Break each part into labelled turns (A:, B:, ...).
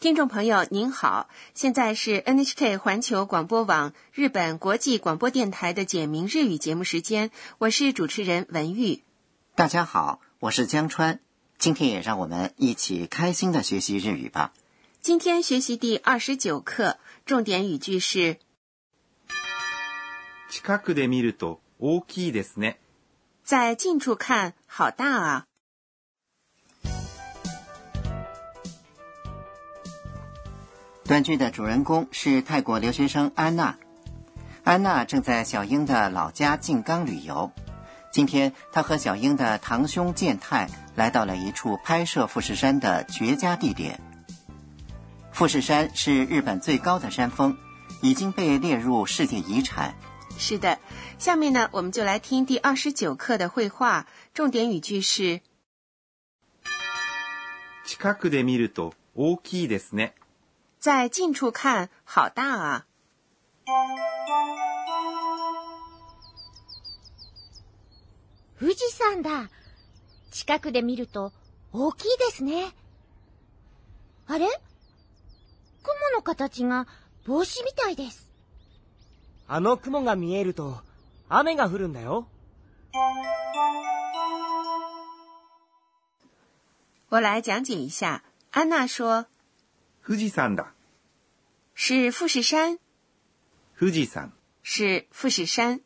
A: 听众朋友您好，现在是 NHK 环球广播网日本国际广播电台的简明日语节目时间，我是主持人文玉。
B: 大家好，我是江川，今天也让我们一起开心的学习日语吧。
A: 今天学习第二十九课，重点语句是
C: 近くで見ると大きいですね。
A: 在近处看，好大啊！
B: 短剧的主人公是泰国留学生安娜，安娜正在小英的老家静冈旅游。今天，她和小英的堂兄健太来到了一处拍摄富士山的绝佳地点。富士山是日本最高的山峰，已经被列入世界遗产。
A: 是的，下面呢，我们就来听第二十九课的绘画，重点语句是
C: 近くで見ると大きいですね。
A: 在近处看，好大啊！
D: 富士山だ。近くで見ると大きいですね。あれ雲の形が帽子みたいです。
E: あの雲が見えると雨が降るんだよ。
A: 我来讲解一下。安娜说
C: 富士山だ。
A: 是富士山，
C: 富士山。
A: 是富士山。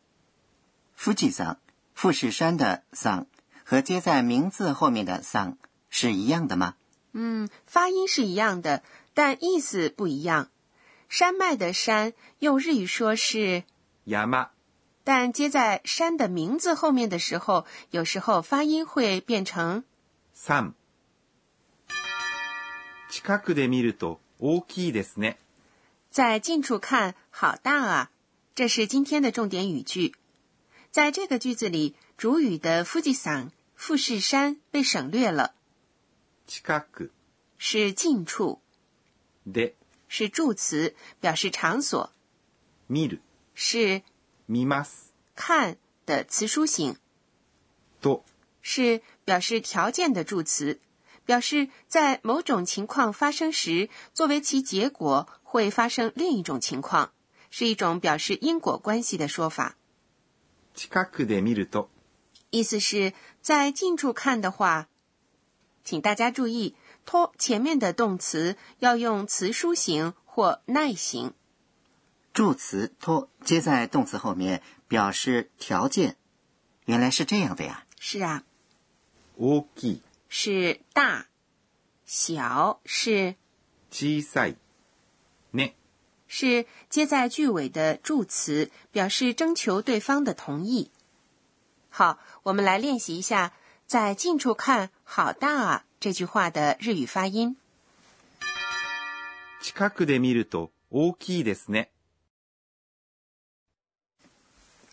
B: 富士山，富士山的山和接在名字后面的山是一样的吗？
A: 嗯，发音是一样的，但意思不一样。山脉的山用日语说是，
C: 山。
A: 但接在山的名字后面的时候，有时候发音会变成
C: 山。近くで見ると大きいですね。
A: 在近处看，好大啊！这是今天的重点语句。在这个句子里，主语的富士山富士山被省略了，
C: 近く
A: 是近处，
C: で
A: 是助词，表示场所，
C: 見る、
A: 是
C: 見ます、
A: 看的词书形，
C: と
A: 是表示条件的助词，表示在某种情况发生时，作为其结果会发生另一种情况，是一种表示因果关系的说法。
C: 近くで見ると
A: 意思是在近处看的话，请大家注意，托前面的动词要用词书形或耐形。
B: 助词托接在动词后面，表示条件。原来是这样的呀！
A: 是啊，
C: 大きい、
A: 是大、小是
C: 小さい、ね、
A: 是接在句尾的助词，表示征求对方的同意。好，我们来练习一下“在近处看，好大啊”这句话的日语发音。
C: 近くで見ると大きいですね。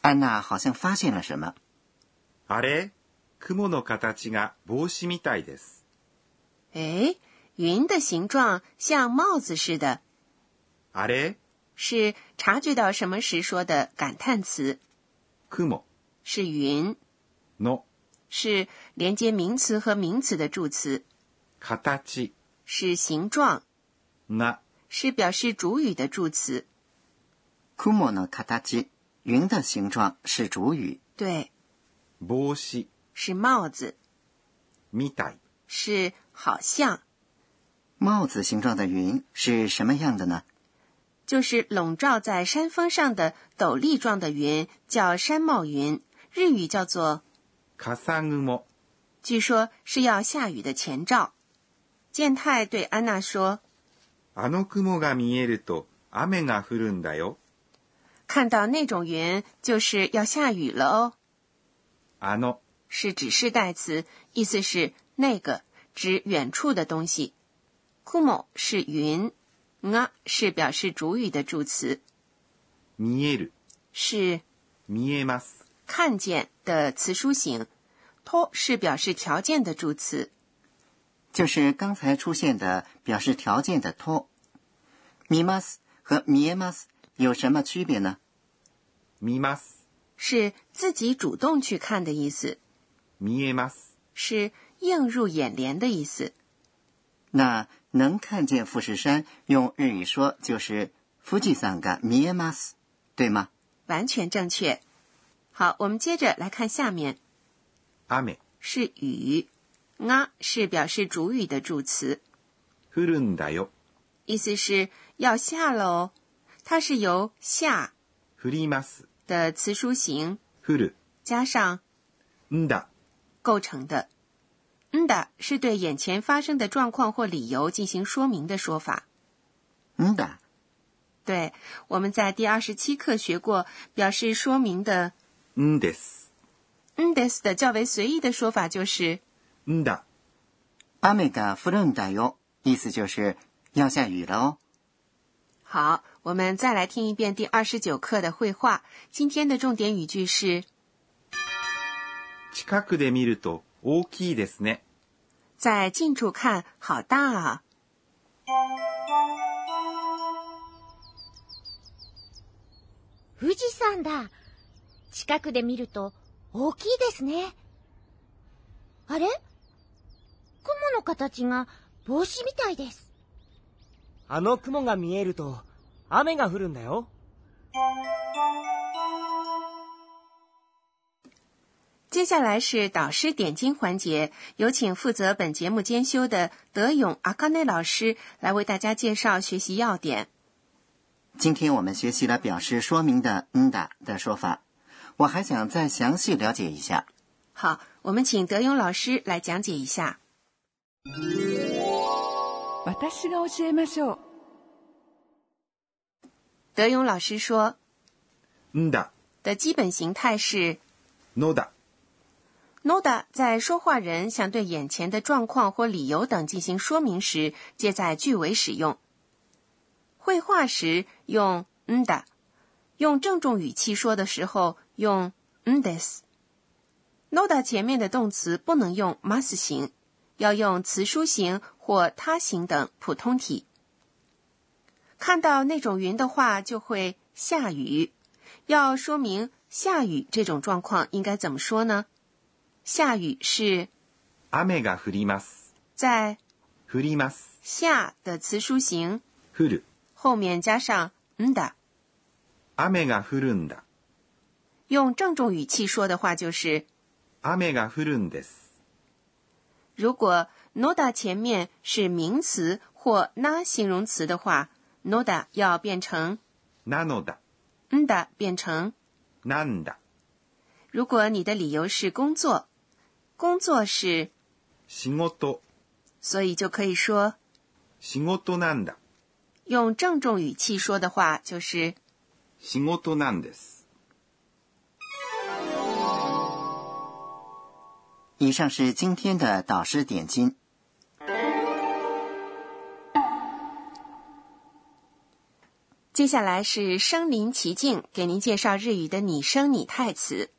B: 安娜好像发现了什么。
C: あれ雲の形が帽子みたいです。
A: 诶，云的形状像帽子似的，
C: あれ
A: 是察觉到什么时说的感叹词，
C: 雲
A: 是云，
C: の
A: 是连接名词和名词的助词，
C: 形
A: 是形状，
C: が
A: 是表示主语的助词。
B: kumo no katachi，云的形状是主语。
A: 对，
C: 帽子
A: 是帽子，
C: みたい。
A: 是好像。
B: 帽子形状的云是什么样的呢？
A: 就是笼罩在山峰上的斗笠状的云，叫山帽云，日语叫做，
C: 笠雲
A: 据说是要下雨的前兆。健太对安娜说
C: あの雲が見えると雨が降るんだよ。：“
A: 看到那种云，就是要下雨了哦。
C: あの、”
A: 是指示代词，意思是那个，指远处的东西。kumo 是云，nga 是表示主语的助词，
C: 見える、
A: 是
C: 見えます。
A: 看见的词书形，to 是表示条件的助词。
B: 就是刚才出现的表示条件的托。mimas 和 miemas 有什么区别呢？
C: 見ます、
A: 是自己主动去看的意思，
C: 見えます。
A: 是映入眼帘的意思。
B: 那能看见富士山，用日语说就是富士山が見えます，对吗？
A: 完全正确。好，我们接着来看下面
C: 雨、
A: 是雨，啊是表示主语的助词，
C: 降るんだよ、
A: 意思是要下喽。它是由下
C: 降ります、
A: 的词书形
C: 降る、
A: 加上
C: んだ、
A: 构成的。んだ是对眼前发生的状况或理由进行说明的说法。
B: 嗯的，
A: 对，我们在第二十七课学过，表示说明的
C: んです、
A: んです的较为随意的说法就是
C: んだ、
B: 雨が降るんだよ，意思就是要下雨了哦。
A: 好。我们再来听一遍第二十九课的绘画。今天的重点语句是
C: 近くで見ると大きいですね。
A: 在近处看，好大啊！
D: 富士山だ。近くで見ると大きいですね。あれ雲の形が帽子みたいです。
E: あの雲が見えると雨が降るんだよ。
A: 接下来是导师点睛环节，有请负责本节目监修的德勇阿卡内老师来为大家介绍学习要点。
B: 今天我们学习了表示说明的嗯的的说法，我还想再详细了解一下。
A: 好，我们请德勇老师来讲解一下。
F: 私が教えましょう
A: 德勇老师说
C: んだ、
A: 的基本形态是
C: のだ、
A: Noda 在说话人想对眼前的状况或理由等进行说明时，皆在句尾使用。绘画时用 nda，用郑重语气说的时候用 ndes。Noda 前面的动词不能用 mas 形，要用词书形或他形等普通体。看到那种云的话，就会下雨。要说明下雨这种状况应该怎么说呢？下雨是
C: 雨が降ります、
A: 在
C: 降ります、
A: 下的词书形
C: 降る、
A: 后面加上 n 的。
C: 雨が降るんだ、
A: 用郑重语气说的话就是，
C: 雨が降るんです、
A: 如果 noda 前面是名词或 na 形容词的话，noda 要变成
C: なのだ、
A: n 的变成。
C: なんだ、
A: 如果你的理由是工作，工作是，
C: 仕事、
A: 所以就可以说
C: 仕事なんだ、
A: 用郑重语气说的话就是。
C: 仕事なんです。
B: 以上是今天的导师点睛。
A: 接下来是身临其境，给您介绍日语的拟声拟态词。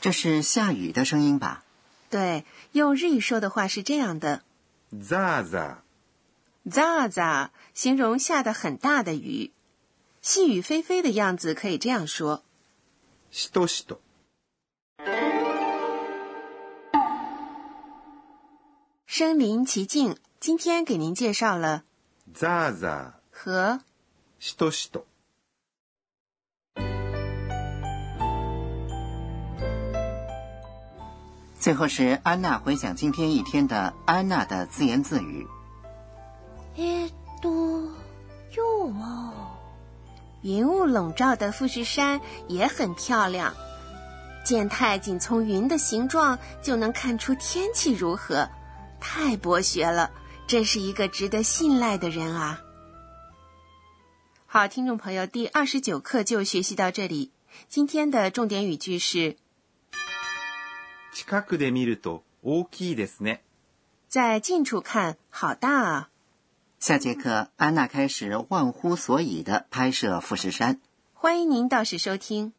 B: 这是下雨的声音吧？
A: 对，用日语说的话是这样的
C: ザーザ
A: ：za za，形容下的很大的雨，细雨霏霏的样子可以这样说。
C: ー、しとしと、
A: 身临其境，今天给您介绍了
C: ザーザ
A: 和
C: ー、しとしと、
B: 最后是安娜回想今天一天的安娜的自言自语。
D: えーっと、今日は、
A: 云雾笼罩的富士山也很漂亮。健太仅从云的形状就能看出天气如何，太博学了，真是一个值得信赖的人啊！好，听众朋友，第二十九课就学习到这里。今天的重点语句是
C: 近くで見ると大きいですね。
A: 在近处看，好大啊！
B: 下节课，安娜开始忘乎所以地拍摄富士山。
A: 欢迎您到时收听。